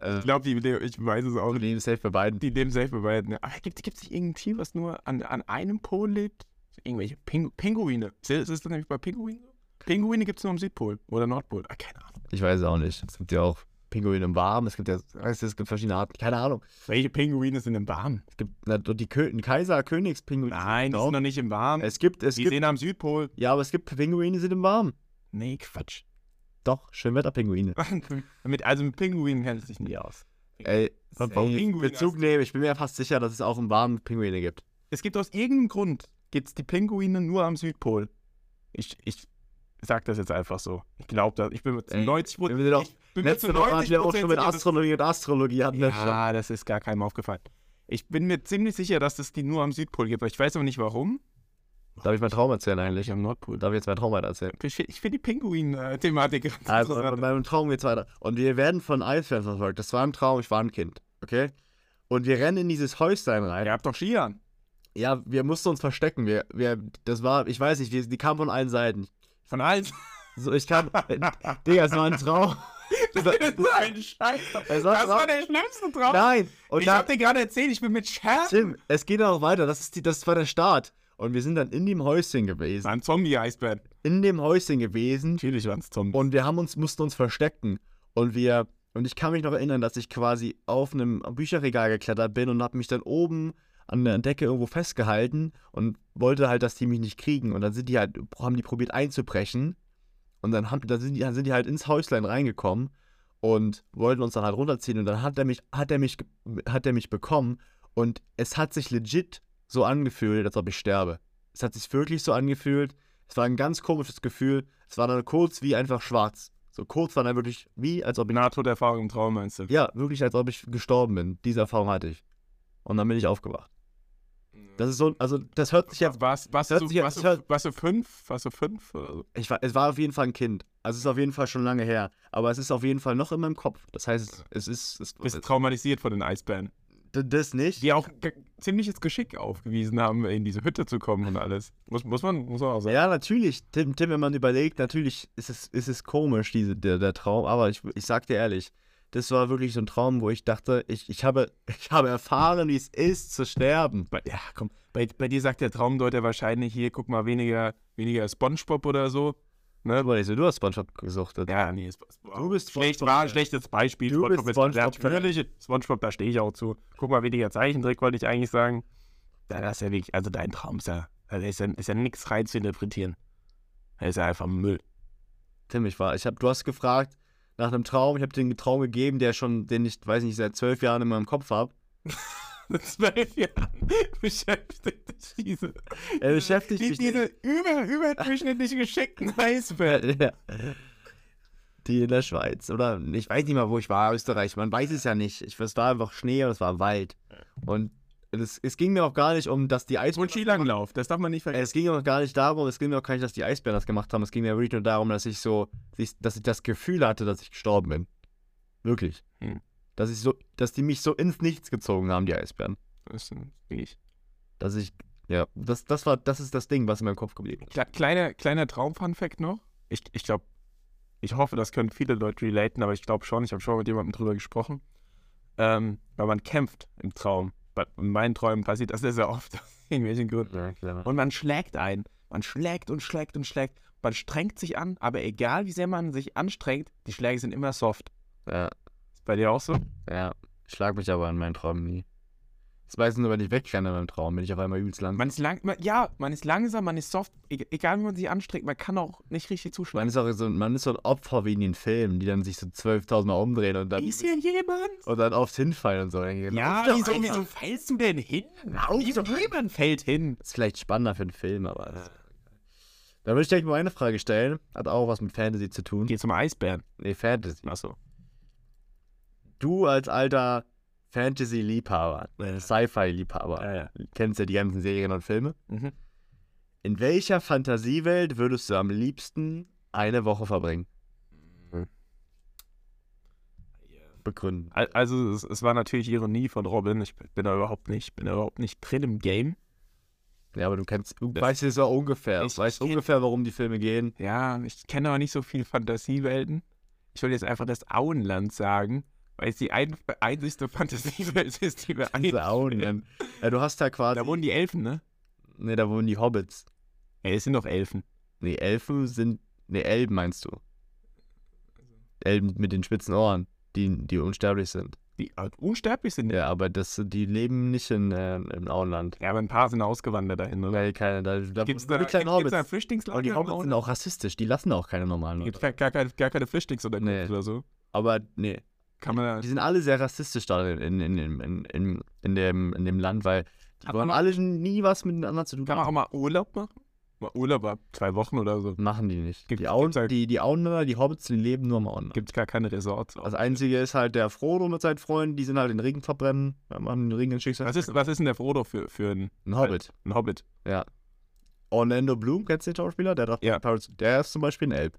Äh, Ich glaube, die, die, ich weiß es auch die nicht. leben safe bei beiden. Die leben safe bei beiden. Aber gibt es nicht irgendein Tier, was nur an, an einem Pol lebt? Irgendwelche Ping Pinguine. Ist das ist das nämlich bei Pinguinen? so? Pinguine gibt es nur am Südpol oder Nordpol. Ah, keine Ahnung. Ich weiß es auch nicht. Es gibt ja auch Pinguine im Warm, es gibt ja, weißt du, es gibt verschiedene Arten. Keine Ahnung. Welche Pinguine sind im Warm? Es gibt na, die Kö den Kaiser, Königspinguin. Nein, die sind noch nicht im Warm. Es gibt, es die gibt, sind am Südpol. ja, aber es gibt Pinguine, die sind im Warm. Nee, Quatsch. Doch, Schönwetterpinguine. mit, also mit Pinguinen kennst du dich nie aus. Ey, Von ey, Pinguinen Bezug hast- nehmen, ich bin mir fast sicher, dass es auch im Warmen Pinguine gibt. Es gibt aus irgendeinem Grund, gibt es die Pinguine nur am Südpol. Ich, ich sag das jetzt einfach so. Ich glaube das. Ich bin mit Ey, 90 wir sind doch- ich bin mir zu Letzte Woche hatten wir auch 90% schon sicher, mit dass- Astronomie und Astrologie hatten wir schon. Ja, das ist gar keinem aufgefallen. Ich bin mir ziemlich sicher, dass es die nur am Südpol gibt. aber Ich weiß aber nicht warum. Darf ich meinen Traum erzählen eigentlich? am Nordpol. Darf ich jetzt meinen Traum weiter erzählen? Ich finde find die Pinguin-Thematik ganz Also, interessant. mit meinem Traum geht's weiter. Und wir werden von Eisbären verfolgt. Das war ein Traum, ich war ein Kind. Okay? Und wir rennen in dieses Häuslein rein. Ihr habt doch Ski an. Ja, wir mussten uns verstecken. Wir, wir, das war, ich weiß nicht, wir, die kamen von allen Seiten. Es Von allen. So, ich kann. Digga, es war ein Traum. Das ist ein Scheiß. Es Das war war Traum. der schlimmste Traum. Nein! Und ich dann, hab dir gerade erzählt, ich bin mit Scherz. Tim, es geht auch weiter. Das, ist die, das war der Start. Und wir sind dann in dem Häuschen gewesen. ein Zombie-Eisbär. In dem Häuschen gewesen. Natürlich waren es Zombies. Und wir haben uns, mussten uns verstecken. Und wir, und ich kann mich noch erinnern, dass ich quasi auf einem Bücherregal geklettert bin und habe mich dann oben an der Decke irgendwo festgehalten und wollte halt, dass die mich nicht kriegen. Und dann sind die halt, haben die probiert einzubrechen. Und dann, haben, dann, sind, die, dann sind die halt ins Häuslein reingekommen und wollten uns dann halt runterziehen. Und dann hat er mich, hat er mich, ge- hat er mich bekommen. Und es hat sich legit so angefühlt, als ob ich sterbe. Es hat sich wirklich so angefühlt. Es war ein ganz komisches Gefühl. Es war dann kurz wie einfach schwarz. So kurz war dann wirklich wie, als ob ich. Nahtoderfahrung im Traum meinst du? Ja, wirklich, als ob ich gestorben bin. Diese Erfahrung hatte ich. Und dann bin ich aufgewacht. Das ist so, also das hört sich jetzt. warst, warst, hört du, sich an- warst, das hört- du, warst du fünf? Warst du fünf? Oder so? Ich war, es war auf jeden Fall ein Kind. Also es ist auf jeden Fall schon lange her. Aber es ist auf jeden Fall noch in meinem Kopf. Das heißt, es, es ist. Es, Bist es, traumatisiert von den Eisbären. d- das nicht. Die auch ge- ziemliches Geschick aufgewiesen haben, in diese Hütte zu kommen und alles. Muss, muss, man, muss man auch sagen. Ja, natürlich. Tim, Tim, wenn man überlegt, natürlich ist es, ist es komisch, diese, der, der Traum. Aber ich, ich sag dir ehrlich, das war wirklich so ein Traum, wo ich dachte, ich, ich, habe, ich habe erfahren, wie es ist, zu sterben. Bei, ja, komm. Bei, bei dir sagt der Traumdeuter wahrscheinlich hier, guck mal, weniger, weniger Spongebob oder so. Ne? Aber nicht so, du hast Spongebob gesuchtet. Ja, nee, Sp Sp- Du bist schlecht, SpongeBob, war ja. ein schlechtes Beispiel. Du bist SpongeBob, SpongeBob-Fan. SpongeBob, natürlich, SpongeBob, da stehe ich auch zu. Guck mal, weniger Zeichentrick wollte ich eigentlich sagen. Ja, das ist ja wirklich, also dein Traum ist ja, also ist ja, ist ja nichts rein zu interpretieren. Er ist ja einfach Müll. Tim, ich war. Ich hab, du hast gefragt nach einem Traum. Ich habe dir einen Traum gegeben, der schon, den ich, weiß nicht, seit zwölf Jahren in meinem Kopf habe. Zwölf Jahre beschäftigt dich diese, Er beschäftigt mich. diese über, überdurchschnittlich geschickten Eisbären. Ja. Die in der Schweiz, oder? Ich weiß nicht mal, wo ich war, Österreich. Man weiß es ja nicht. Ich, es war einfach Schnee und es war Wald. Und es, es ging mir auch gar nicht um, dass die Eisbären. Und Skilanglauf, das darf man nicht vergessen. Es ging mir auch gar nicht darum, es ging mir auch gar nicht, dass die Eisbären das gemacht haben. Es ging mir wirklich nur darum, dass ich so, ich- dass ich das Gefühl hatte, dass ich gestorben bin. Wirklich. Hm. Dass ich so, dass die mich so ins Nichts gezogen haben, die Eisbären. Das ist wirklich- Dass ich, ja, das, das war, das ist das Ding, was in meinem Kopf geblieben ist. Kle kleiner kleiner Traum-Fun-Fact noch. Ich, ich glaube, ich hoffe, das können viele Leute relaten, aber ich glaube schon, ich habe schon mit jemandem drüber gesprochen. Ähm, weil man kämpft im Traum. Bei- In meinen Träumen passiert das sehr, sehr oft, aus irgendwelchen Gründen. Und man schlägt ein. Man schlägt und schlägt und schlägt. Man strengt sich an, aber egal wie sehr man sich anstrengt, die Schläge sind immer soft. Ja, Ist bei dir auch so? ja. Ich schlag mich aber in meinen Träumen nie. Das weiß ich nur, wenn ich wegrenne in meinem Traum, bin ich auf einmal übelst lang. Man ist lang, man, ja, man ist langsam, man ist soft. E egal wie man sich anstrengt, man kann auch nicht richtig Man zuschlagen. ist, auch so, man ist so ein Opfer wie in den Filmen, die dann sich so 12.000 Mal umdrehen und dann, Ist hier jemand? und dann oft hinfallen und so. Ja, Lauf doch wieso, einfach. wieso fällst du denn hin? Nie- Niemand fällt hin. Ist vielleicht spannender für einen Film, aber. Dann würde ich direkt mal eine Frage stellen. Hat auch was mit Fantasy zu tun. Geh zum Eisbären. Nee, Fantasy. Achso. Du als alter Fantasy-Liebhaber, äh, Ja. Sci-Fi-Liebhaber, ja. kennst ja die ganzen Serien und Filme. Mhm. In welcher Fantasiewelt würdest du am liebsten eine Woche verbringen? Hm. Begründen. Al- Also es, es war natürlich Ironie von Robin. Ich bin da überhaupt nicht, bin da überhaupt nicht drin im Game. Ja, aber du kennst, du Das- weißt es ja ungefähr. Ich- Du weißt ich kenn- ungefähr, warum die Filme gehen. Ja, ich kenne aber nicht so viel Fantasiewelten. Ich würde jetzt einfach das Auenland sagen, weil es die ein, einzigste Fantasiewelt ist, die wir ein. Sauen. ne? Ja, du hast da quasi. Da wohnen die Elfen, ne? nee, da wohnen die Hobbits. Ey, es sind doch Elfen. Nee, Elfen sind. Nee, Elben meinst du. Elben mit den spitzen Ohren, die, die unsterblich sind. Die äh, unsterblich sind. Ja. Ja, aber das, die leben nicht in, äh, im Auenland. aber ein paar sind ausgewandert dahin. Ne? Weil keine, da, da Gibt's da, nur die gibt's kleinen da ein Hobbits. Flüchtlingslager? Aber die Hobbits sind auch rassistisch, die lassen auch keine normalen Gibt Leute. gar, gar, keine- gar keine Flüchtlings oder, Nee. oder so. Genau. Aber nee, Kann man die sind alle sehr rassistisch da in, in, in, in, in, in, dem, in dem Land, weil die Aber wollen man- alle nie was miteinander zu tun Kann man auch mal Urlaub machen? Mal Urlaub ab zwei Wochen oder so. Machen die nicht. Gibt- die, Auen, gibt's da- die, die Auenländer, die Hobbits, die leben nur im Auenland. Gibt es gar keine Resorts. Das Einzige ist halt der Frodo mit seinen Freunden, die sind halt den Regen verbrennen, machen den Regen in Schicksal. Was ist, was ist denn der Frodo für, für ein, Ein Hobbit. ein Hobbit? Orlando Bloom, kennst du den Schauspieler? Der, hat- Ja. der ist zum Beispiel ein Elb.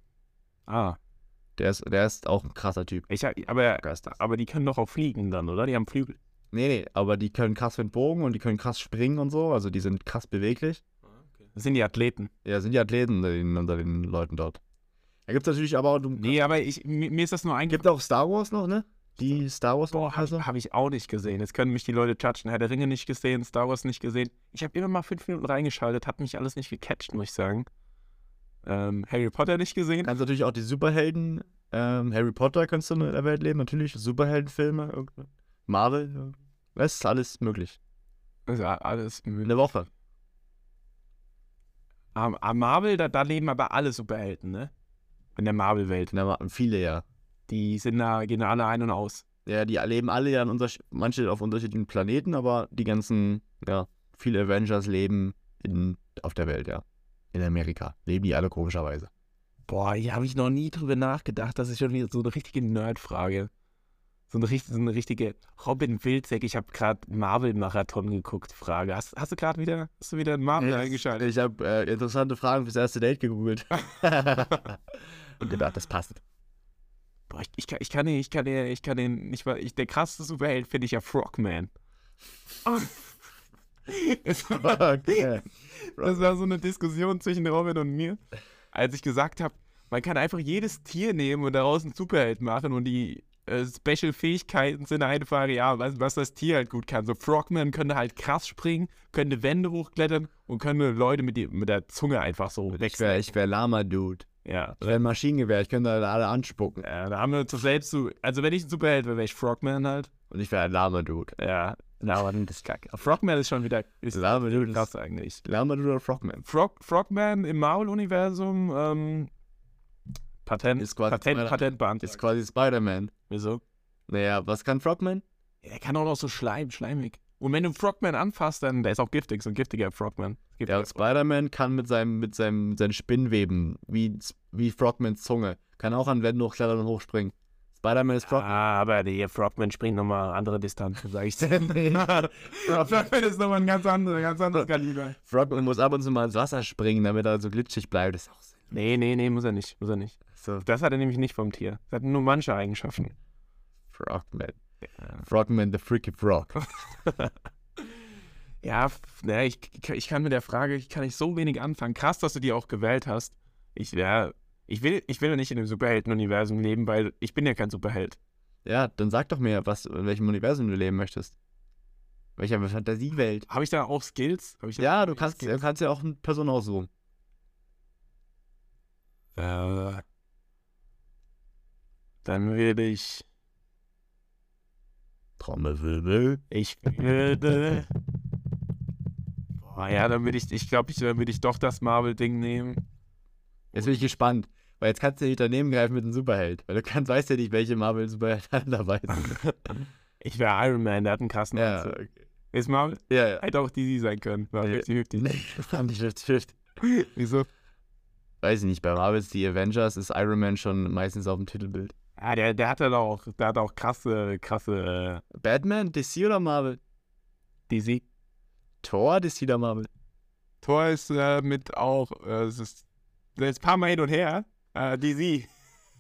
Ah, Der ist, der ist auch ein krasser Typ. ich, hab- aber, Geist das. aber die können doch auch fliegen dann, oder? Die haben Flügel. Nee, nee, aber die können krass mit Bogen und die können krass springen und so, also die sind krass beweglich. Okay. Das sind die Athleten. Ja, sind die Athleten die- unter den Leuten dort. Da gibt es natürlich aber auch. Du, Nee, aber ich, mir, mir ist das nur eingefallen. Gibt auch Star Wars noch, ne? Die Star Wars Boah, habe ich, also? hab ich auch nicht gesehen. Jetzt können mich die Leute judgen. Herr der Ringe nicht gesehen, Star Wars nicht gesehen. Ich habe immer mal fünf Minuten reingeschaltet, hat mich alles nicht gecatcht, muss ich sagen. Ähm, Harry Potter nicht gesehen. Kannst natürlich auch die Superhelden. Ähm, Harry Potter kannst du in der Welt leben, natürlich. Superheldenfilme. irgendwie. Marvel. Es ist alles möglich. Also alles In Müll. der Woche. Am, am Marvel, da, da leben aber alle Superhelden, ne? In der Marvel-Welt. In der, viele ja. Die sind da, gehen da alle ein und aus. Ja, die leben alle ja an untersch- manche auf unterschiedlichen Planeten, aber die ganzen, ja, viele Avengers leben in, auf der Welt, ja. In Amerika. Leben die alle komischerweise. Boah, hier habe ich noch nie drüber nachgedacht. Das ist schon wieder so eine richtige Nerdfrage. So eine, richt- so eine richtige Robin Wilczek, ich habe gerade Marvel-Marathon geguckt, Frage. Hast, hast du gerade wieder, hast du wieder einen Marvel eingeschaltet? Ich habe äh, interessante Fragen fürs erste Date gegoogelt. Und gedacht, das passt. Boah, ich, ich, kann, ich kann den, ich kann den, ich kann den nicht mal, ich, der krasseste Superheld finde ich ja Frogman. das, war, Okay. das war so eine Diskussion zwischen Robin und mir, als ich gesagt habe, man kann einfach jedes Tier nehmen und daraus einen Superheld machen und die äh, Special-Fähigkeiten sind einfach, ja, was, was das Tier halt gut kann. So Frogman könnte halt krass springen, könnte Wände hochklettern und könnte Leute mit, die, mit der Zunge einfach so Ich wäre ich wär Lama, Dude. Ja, Ich wäre ein Maschinengewehr, ich könnte alle alle anspucken. Ja, da haben wir uns doch selbst so. Also, wenn ich ein Superheld wäre, wäre ich Frogman halt. Und ich wäre ein Lama, Dude. Ja, na, aber das ist kacke. Frogman ist schon wieder ist Lama, Dude. ist- krass eigentlich. Lama, Dude oder Frogman? Frog, Frogman im Marvel-Universum, ähm, Patent, Ist quasi- Patent, Patent Ist beantragt. quasi Spider-Man. Wieso? Naja, was kann Frogman? Ja, der kann auch noch so schleim, schleimig. Und wenn du einen Frogman anfasst, dann, der ist auch giftig, so ein giftiger Frogman. Ja, und Spider-Man kann mit seinem, mit seinem, mit seinen Spinnweben, wie, wie Frogmans Zunge, kann auch an Wänden hochklettern und hochspringen. Spider-Man ist Frogman. Ah, aber der Frogman springt nochmal andere Distanzen, sag ich dir. Ah. Frogman- Frogman ist nochmal ein ganz anderes, ganz anderes Kaliber. Frogman muss ab und zu mal ins Wasser springen, damit er so glitschig bleibt. Das ist auch Sinn. Nee, nee, nee, muss er nicht, muss er nicht. so. Das hat er nämlich nicht vom Tier. Das hat nur manche Eigenschaften. Frogman. Frogman, the freaky Frog. Ja, f- naja, ich, ich kann mit der Frage, ich kann nicht so wenig anfangen. Krass, dass du die auch gewählt hast. Ich, ja, ich will, ich will ja nicht in dem Superhelden-Universum leben, weil ich bin ja kein Superheld. Ja, dann sag doch mir, was, in welchem Universum du leben möchtest. Welcher Fantasiewelt? Habe ich da auch Skills? Hab ich da Ja, du irgendwelche kannst, du kannst ja auch eine Person aussuchen. Skills? Äh, dann würde ich, Trommelwirbel. ich würde, boah, ja, dann würde ich, ich glaube, ich, dann würde ich doch das Marvel-Ding nehmen. Jetzt bin ich gespannt, weil jetzt kannst du nicht daneben greifen mit einem Superheld. Weil du kannst, weißt ja nicht, welche Marvel-Superheld dabei sind. Ich wäre Iron Man, der hat einen krassen ja, Anzug. okay. Ist Marvel? ja, ja. Hätte auch DC sein können. War Ja. 50-50. Nee, das haben die Shift. Wieso? Weiß ich nicht, bei Marvels The Avengers ist Iron Man schon meistens auf dem Titelbild. Ja, der, der hat dann auch, der hat auch krasse, krasse Batman, DC oder Marvel? äh, DC. Thor, DC oder Marvel? Thor ist äh, mit auch, äh, es ist der ist ein paar Mal hin und her. Äh, DC,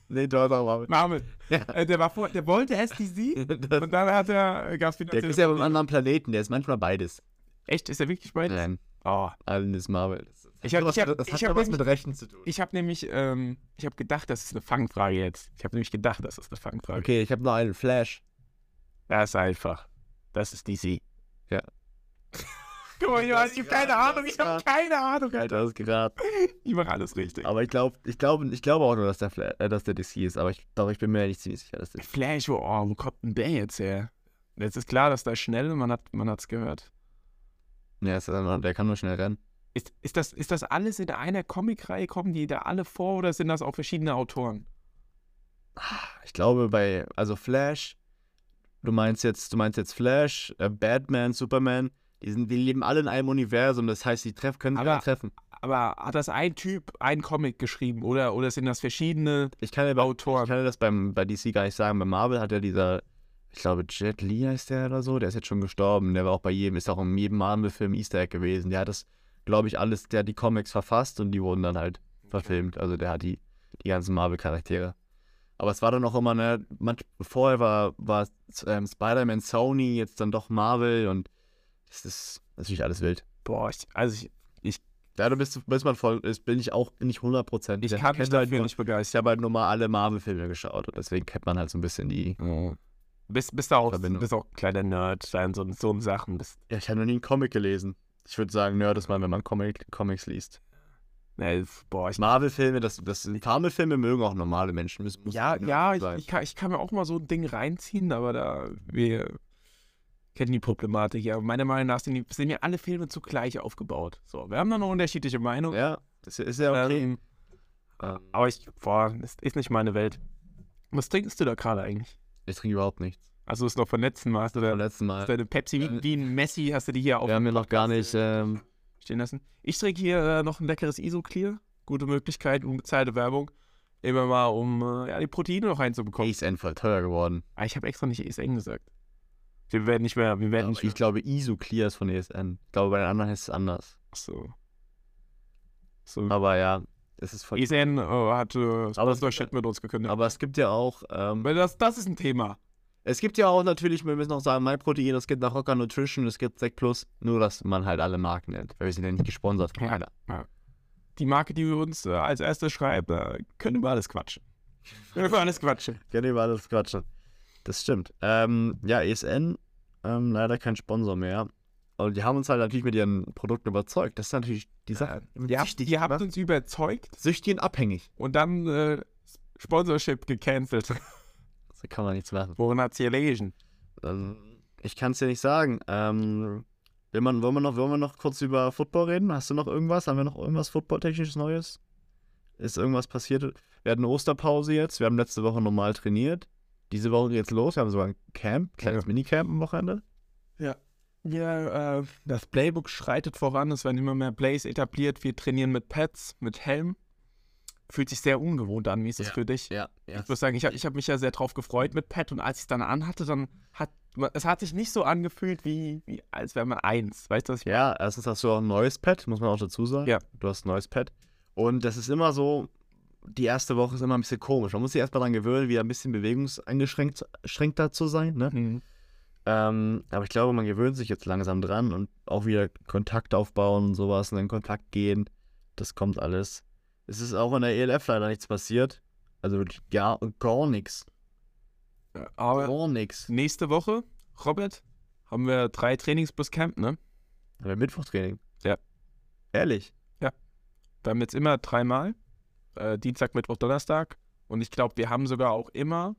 Nee, Thor ist auch Marvel. Marvel. Ja. Äh, der, war vor, der wollte erst DC Das, und dann hat er, gab es der ist wieder. ja auf einem anderen Planeten, der ist manchmal beides. Echt, ist er wirklich bei? Nein, Oh. allen ist Marvel. Das, das Ich hat hab- was, ich hab- das hat ich hab doch was nämlich- mit Rechten zu tun. Ich habe nämlich, ähm, ich habe gedacht, das ist eine Fangfrage jetzt. Ich habe nämlich gedacht, das ist eine Fangfrage. Okay, ich habe noch einen Flash. Das ist einfach. Das ist DC. Ja. Guck mal, Johann, ich habe keine Ahnung, ich habe keine Ahnung, Alter. Alter, das ist gerade. Ich mache alles richtig. Aber ich glaube ich glaube, ich glaube auch nur, dass der, Fla äh, dass der DC ist, aber ich, doch, ich bin mir nicht ziemlich sicher, dass der Flash, wo- oh, wo kommt denn der jetzt her? Jetzt ist klar, dass da schnell, man hat man hat's gehört. Ja, ist, äh, der kann nur schnell rennen. Ist, ist, das, ist das alles in einer Comicreihe? Kommen die da alle vor oder sind das auch verschiedene Autoren? Ich glaube bei, also Flash, du meinst jetzt, du meinst jetzt Flash, äh, Batman, Superman, die sind, die leben alle in einem Universum, das heißt, die treff, können sich Aber- alle treffen. Aber hat das ein Typ einen Comic geschrieben oder, oder sind das verschiedene Ich kann ja bei, ich Autoren? kann ja das beim, bei DC gar nicht sagen. Bei Marvel hat ja dieser, ich glaube, Jet Li heißt der oder so, der ist jetzt schon gestorben. Der war auch bei jedem, ist auch in jedem Marvel-Film Easter Egg gewesen. Der hat das, glaube ich, alles, der hat die Comics verfasst und die wurden dann halt verfilmt. Also der hat die, die ganzen Marvel-Charaktere. Aber es war dann auch immer, ne, manch, vorher war, war ähm, Spider-Man Sony, jetzt dann doch Marvel und das ist natürlich alles wild. Boah, ich, also ich, ich Ja, du bist, bist man voll, ist, bin ich auch nicht 100%. Ich kann mich halt dafür nur- nicht begeistern. Ich habe halt nur mal alle Marvel-Filme geschaut und deswegen kennt man halt so ein bisschen die. Ja. Bist, bist, auch, Verbindung. bist auch ein kleiner Nerd, sein, so, so um Sachen. Bist, Ja, ich habe noch nie einen Comic gelesen. Ich würde sagen, Nerd ist man, wenn man Comic, Comics liest. ne, boah, ich Marvel-Filme, das, das Marvel-Filme mögen auch normale Menschen. Müssen, muss Ja, nicht ja, ich, sein. ich, kann, ich kann mir auch mal so ein Ding reinziehen, aber da, wir kennen die Problematik. Ja, meiner Meinung nach sind, die, sind ja alle Filme zugleich aufgebaut. So, wir haben da noch unterschiedliche Meinungen. ja, das ist ja okay. Ähm, Ähm, aber ich, boah, das ist nicht meine Welt. Was trinkst du da gerade eigentlich? ich trinke überhaupt nichts. Also ist noch vom letzten Mal, hast du Beim da, letzten Mal. hast deine Pepsi wie, wie ein Messi, hast du die hier Wir haben ja noch gar nicht. Ähm, aufstehen lassen. Ich trinke hier äh, noch ein leckeres Isoclear. Gute Möglichkeit, unbezahlte Werbung. Immer mal, um äh, ja, die Proteine noch reinzubekommen. Ace End voll teuer geworden. Ah, ich habe extra nicht ESN gesagt. Wir werden nicht mehr, wir werden Aber nicht ich glaube, ISO Clear ist von ESN. Ich glaube, bei den anderen heißt es anders. Ach So. So. Aber ja, es ist voll. ESN äh, hat äh, Aber- Sponsorship mit uns gekündigt. Aber es gibt ja auch. Ähm, Aber das, das ist ein Thema. es gibt ja auch natürlich, wir müssen auch sagen, MyProtein, es gibt nach Rocker Nutrition, es gibt Sec Plus. Nur, dass man halt alle Marken nennt. Weil wir sind ja nicht gesponsert. Ja. Die Marke, die wir uns äh, als erste schreibt, äh, können über alles quatschen. Können über alles quatschen. Gerne über alles quatschen. Das stimmt. Ähm, ja, ESN, ähm, leider kein Sponsor mehr. Und die haben uns halt natürlich mit ihren Produkten überzeugt. Das ist natürlich die Sache. Ihr habt, Süchtig, ihr habt ne? uns überzeugt süchtig und abhängig. und dann äh, Sponsorship gecancelt. Da kann man nichts machen. Worin hat's hier gelegen? Ähm, ich kann es dir nicht sagen. Ähm, will man, wollen, wir noch, wollen wir noch kurz über Football reden? Hast du noch irgendwas? Haben wir noch irgendwas Football-technisches Neues? Ist irgendwas passiert? Wir hatten Osterpause jetzt. Wir haben letzte Woche normal trainiert. Diese Woche geht's los. Wir haben sogar ein Camp, kleines Ja. Minicamp am Wochenende. Ja, äh, das Playbook schreitet voran, es werden immer mehr Plays etabliert. Wir trainieren mit Pads, mit Helm. Fühlt sich sehr ungewohnt an. Wie ist das Ja. für dich? Ja, ja. Ich muss sagen, ich habe ich hab mich ja sehr drauf gefreut mit Pat und als ich es dann anhatte, dann hat es hat sich nicht so angefühlt, wie, wie als wäre man eins. Weißt du, was ich Ja, erstens hast du auch ein neues Pad, muss man auch dazu sagen. Ja. Du hast ein neues Pad. Und das ist immer so, die erste Woche ist immer ein bisschen komisch. Man muss sich erstmal dran gewöhnen, wieder ein bisschen bewegungseingeschränkt schränkter zu sein. Ne? meine? Mhm. Ähm, aber ich glaube, man gewöhnt sich jetzt langsam dran und auch wieder Kontakt aufbauen und sowas und in Kontakt gehen. Das kommt alles. Es ist auch in der ELF leider nichts passiert. Also wirklich gar, gar nichts. Oh Ja, Aber Gar nichts. nächste Woche, Robert, haben wir drei Trainings plus Camp, ne? Haben wir Mittwochtraining? Ja. Ehrlich? Wir haben jetzt immer dreimal. Äh, Dienstag, Mittwoch, Donnerstag. Und ich glaube, wir haben sogar auch immer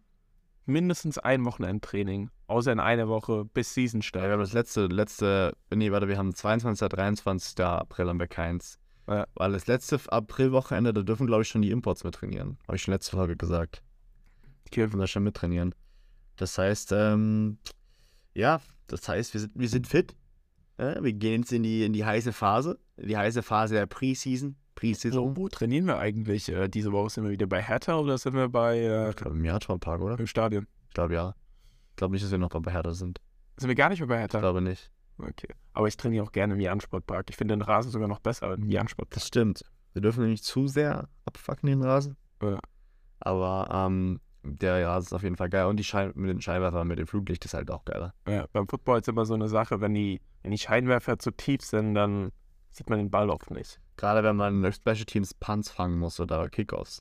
mindestens ein Wochenendtraining. Außer in einer Woche bis Season Ja, wir haben das letzte, letzte, nee, warte, wir haben 22. 23. April haben wir keins. Ja. Weil das letzte Aprilwochenende, da dürfen, glaube ich, schon die Imports mit trainieren. Habe ich schon letzte Folge gesagt. Die dürfen da schon mit trainieren. Das heißt, ähm, ja, das heißt, wir sind, wir sind fit. Ja, wir gehen jetzt in die, in die heiße Phase. In die heiße Phase der Preseason. Preseason. Wo trainieren wir eigentlich? Äh, diese Woche sind wir wieder bei Hertha oder sind wir bei äh, Ich glaube, im Jahrtraumpark, oder? im Stadion? Ich glaube, ja. Ich glaube nicht, dass wir noch bei Hertha sind. Sind wir gar nicht mehr bei Hertha? Ich glaube nicht. Okay. Aber ich trainiere auch gerne im Jahn-Sportpark. Ich finde den Rasen sogar noch besser im Jahn-Sportpark. Das stimmt. Wir dürfen ihn nicht zu sehr abfacken, den Rasen. Ja. Aber ähm, der Rasen ist auf jeden Fall geil. Und die Schein mit den Scheinwerfern, mit dem Fluglicht ist halt auch geiler. Ja, beim Football ist immer so eine Sache, wenn die, wenn die Scheinwerfer zu tief sind, dann sieht man den Ball oft nicht. Gerade wenn man durch Special Teams Punts fangen muss oder Kickoffs.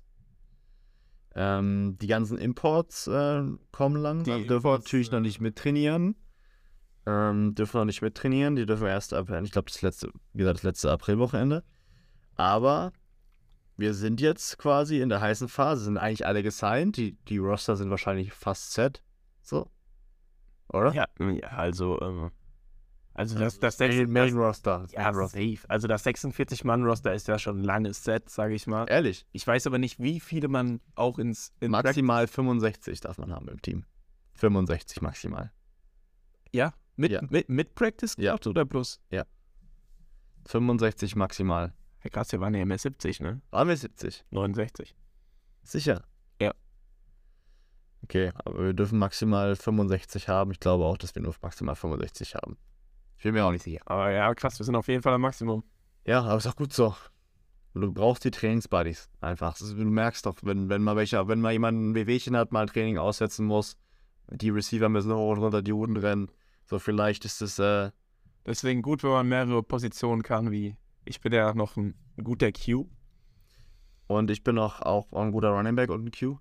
Ähm, die ganzen Imports äh, kommen lang. Die also dürfen wir Imports, natürlich äh, noch nicht mittrainieren. Ähm, dürfen noch nicht mittrainieren. Die dürfen erst ab, ich glaube, das letzte, wie gesagt, das letzte Aprilwochenende. Aber wir sind jetzt quasi in der heißen Phase. Sind eigentlich alle gesigned. Die, die Roster sind wahrscheinlich fast set. So. Oder? Ja, ja also, ähm, also das, das, Main, Main das, Roster. ja, Main Roster. safe. Also das 46-Mann-Roster ist ja schon ein langes Set, sage ich mal. Ehrlich. Ich weiß aber nicht, wie viele man auch ins in Maximal 65 darf man haben im Team. 65 maximal. Ja, mit, Ja. mit, mit Practice Ja. gehabt oder bloß? 65 maximal. Herr Krass, wir waren ja immer 70, ne? Waren wir 70? 69. Sicher? Ja. Okay, aber wir dürfen maximal 65 haben. Ich glaube auch, dass wir nur maximal 65 haben. Ich bin mir auch nicht sicher. Aber ja, krass, wir sind auf jeden Fall am Maximum. Ja, aber ist auch gut so. Du brauchst die Trainingsbuddies einfach. Das ist- Du merkst doch, wenn, wenn mal welcher, wenn mal jemand ein Wehwehchen hat, mal Training aussetzen muss, die Receiver müssen hoch und runter die Huden rennen. So, vielleicht ist es, äh, Deswegen gut, wenn man mehrere Positionen kann, wie Ich bin ja noch ein guter Q. Und ich bin noch auch ein guter Running Back und ein Q.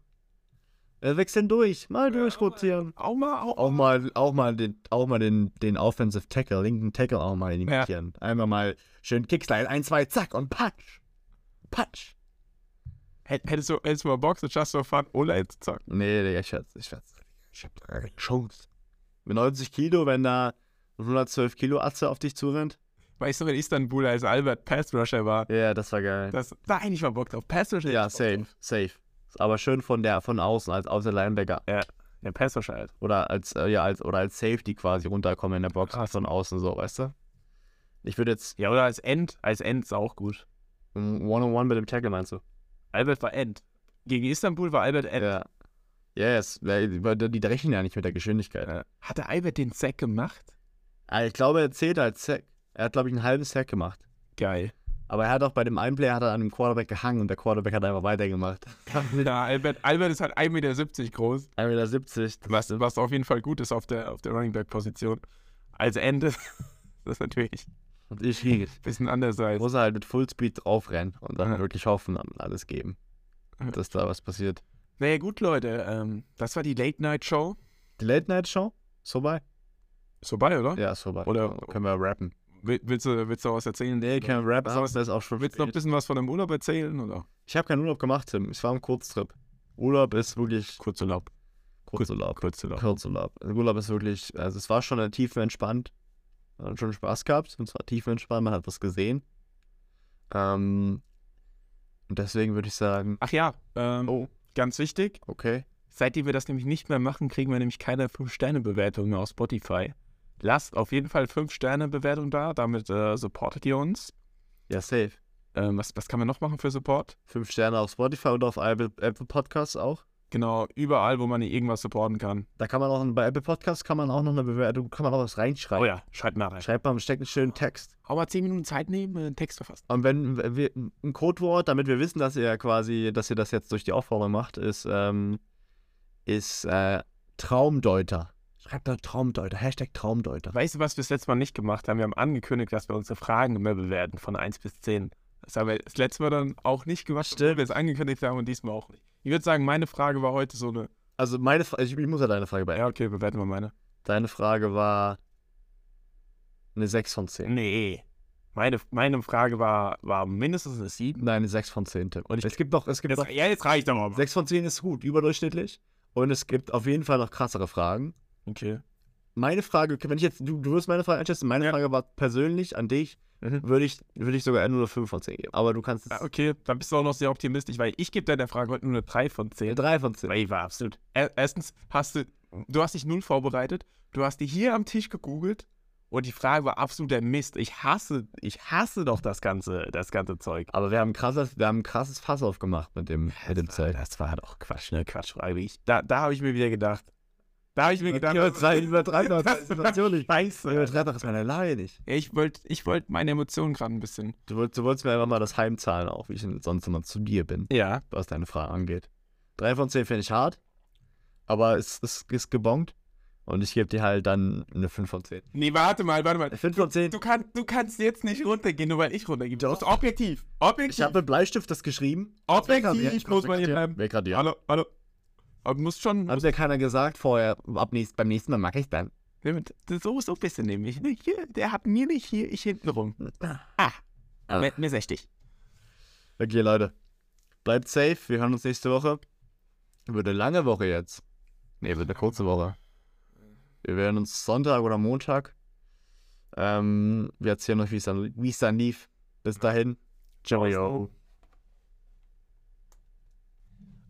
Äh, wechseln durch, mal durchrotieren. Auch mal, auch, Auch mal, auch mal, den, auch mal den, den Offensive Tackle, linken Tackle auch mal Ja. indikieren. Einmal mal schön Kickslide, ein, zwei, zack und patsch. Patsch. Hätt- Hättest du, hättest du mal Bock, so Just for Fun, Ola jetzt zu zocken. Nee, Digga, ich schätze, ich schätze. Ich hab da keine Chance. Mit 90 Kilo, wenn da 112 Kilo Atze auf dich zurennt. Weißt du, in Istanbul, als Albert Pass Rusher war, Ja, das war geil. das, da hätte ich mal Bock drauf. Pass Rusher. Ja, safe, safe. Aber schön von der, von außen, als außer Linebacker. Ja, Pass Rusher halt. Oder als, äh, ja, als, oder als Safety quasi runterkommen in der Box. Krass. Von außen so, weißt du? Ich würde jetzt Ja, oder als End. Als End ist auch gut. mm, One-on-One mit dem Tackle, meinst du? Albert war End. Gegen Istanbul war Albert End. Ja. Yes, weil- weil die rechnen ja nicht mit der Geschwindigkeit. Ja. Hatte Albert den Sack gemacht? Aber ich glaube, er zählt als Sack. Er hat, glaube ich, einen halben Sack gemacht. Geil. Aber er hat auch bei dem einen Player hat er an dem Quarterback gehangen und der Quarterback hat einfach weitergemacht. Ja, Albert, Albert ist halt 1,70 Meter groß, 1,70 Meter. was, was auf jeden Fall gut ist auf der, auf der Running Back Position. Als End ist das natürlich ein Und ich riech. bisschen anders als. Muss er halt mit Fullspeed draufrennen und dann halt Ja. wirklich hoffen und alles geben, Ja. dass da was passiert. Naja, gut, Leute, ähm, das war die Late Night Show. Die Late-Night-Show? Ist vorbei? Ist vorbei, oder? Ja, ist vorbei. Oder- können wir rappen? Will- Willst du, willst du was erzählen? Nee, können wir rappen, aber das ist auch schon Willst du noch ein spät. bisschen was von deinem Urlaub erzählen? Oder? Ich habe keinen Urlaub gemacht, Tim. Ich war im Kurztrip. Urlaub ist wirklich Kurzurlaub. Kurzurlaub. Kurzurlaub. Kurzurlaub. Also Urlaub ist wirklich, also es war schon eine tiefe entspannt. Man hat schon Spaß gehabt. Und zwar tiefe entspannt, man hat was gesehen. Ähm, und deswegen würde ich sagen, Ach ja, ähm, oh, ganz wichtig. okay. Seitdem wir das nämlich nicht mehr machen, kriegen wir nämlich keine 5-Sterne-Bewertung mehr auf Spotify. Lasst auf jeden Fall 5-Sterne-Bewertung da, damit äh, supportet ihr uns. Ja, safe. Ähm, was, was kann man noch machen für Support? Fünf Sterne auf Spotify und auf Apple, Apple Podcasts auch. Genau, überall, wo man irgendwas supporten kann. Da kann man auch, bei Apple Podcasts kann man auch noch eine Bewertung, kann man auch was reinschreiben. Oh ja, schreibt mal rein. Schreibt mal, steckt einen schönen Text. Auch mal 10 Minuten Zeit nehmen, äh, einen Text verfassen. Und wenn wenn wir ein Codewort, damit wir wissen, dass ihr quasi, dass ihr das jetzt durch die Aufforderung macht, ist, ähm, ist äh, Traumdeuter. Schreibt da Traumdeuter, Hashtag Traumdeuter. Weißt du, was wir das letzte Mal nicht gemacht haben? Wir haben angekündigt, dass wir unsere Fragen immer bewerten, von 1 bis 10. Das haben wir das letzte Mal dann auch nicht gemacht, obwohl wir es angekündigt haben und diesmal auch nicht. Ich würde sagen, meine Frage war heute so eine. Also meine Frage, ich, ich muss ja deine Frage beantworten. Ja, okay, bewerten wir meine. Deine Frage war eine 6 von 10. Nee. Meine, meine Frage war, war mindestens eine 7. Nein, eine 6 von 10, Tim. Und ich- es gibt noch, es gibt Jetzt, noch, ja, jetzt reicht aber. mal. 6 von 10 ist gut, überdurchschnittlich. Und es gibt auf jeden Fall noch krassere Fragen. Okay. Meine Frage, wenn ich jetzt, du, du wirst meine Frage einschätzen, meine Ja. Frage war persönlich an dich, Mhm. würde ich, würde ich sogar nur eine 5 von 10 geben. Aber du kannst es Ja, okay, dann bist du auch noch sehr optimistisch, weil ich gebe deiner Frage heute nur eine 3 von 10. 3 von 10. Weil ich war absolut. Er- Erstens hast du, du hast dich null vorbereitet, du hast die hier am Tisch gegoogelt und die Frage war absoluter Mist. Ich hasse, ich hasse doch das ganze, das ganze Zeug. Aber wir haben, ein krasses, wir haben ein krasses Fass aufgemacht mit dem, mit dem Zelt. Das war doch Quatsch, ne? Quatschfrage. Ich, da da habe ich mir wieder gedacht. Da habe ich mir gedacht, übertreib doch, das war natürlich. scheiße. Übertreib doch jetzt meine Lage nicht. Ich wollte ich wollt meine Emotionen gerade ein bisschen. Du, wolltest- du wolltest mir einfach mal das heimzahlen, auch wie ich sonst immer zu dir bin, Ja. was deine Frage angeht. 3 von 10 finde ich hart, aber es ist, ist gebongt. Und ich gebe dir halt dann eine 5 von 10. Nee, warte mal, warte mal. 5 von 10. Du, kann, du kannst jetzt nicht runtergehen, nur weil ich runtergehe. Du musst objektiv. Objektiv. Ich habe mit Bleistift das geschrieben. objektiv muss man hier bleiben. Wegradiert. Hallo, hallo. Aber du musst schon. Hat ja keiner gesagt vorher, ab nächst, beim nächsten Mal mag ich dann. Damit- das- So, so bist du nämlich. Ne? Hier, der hat mir nicht hier, ich hinten rum. Ah, Ah. mir, mir 60. Okay, Leute. Bleibt safe. Wir hören uns nächste Woche. Wird eine lange Woche jetzt. Nee, wird eine kurze Woche. Wir werden uns Sonntag oder Montag. Ähm, wir erzählen euch, wie es dann, wie es dann lief. Bis dahin. Ciao.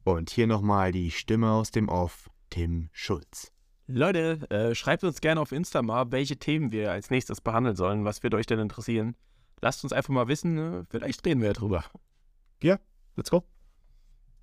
Und hier nochmal die Stimme aus dem Off, Tim Schulz. Leute, äh, schreibt uns gerne auf Insta mal, welche Themen wir als nächstes behandeln sollen. Was würde euch denn interessieren? Lasst uns einfach mal wissen. Ne? Vielleicht reden wir ja drüber. Let's go.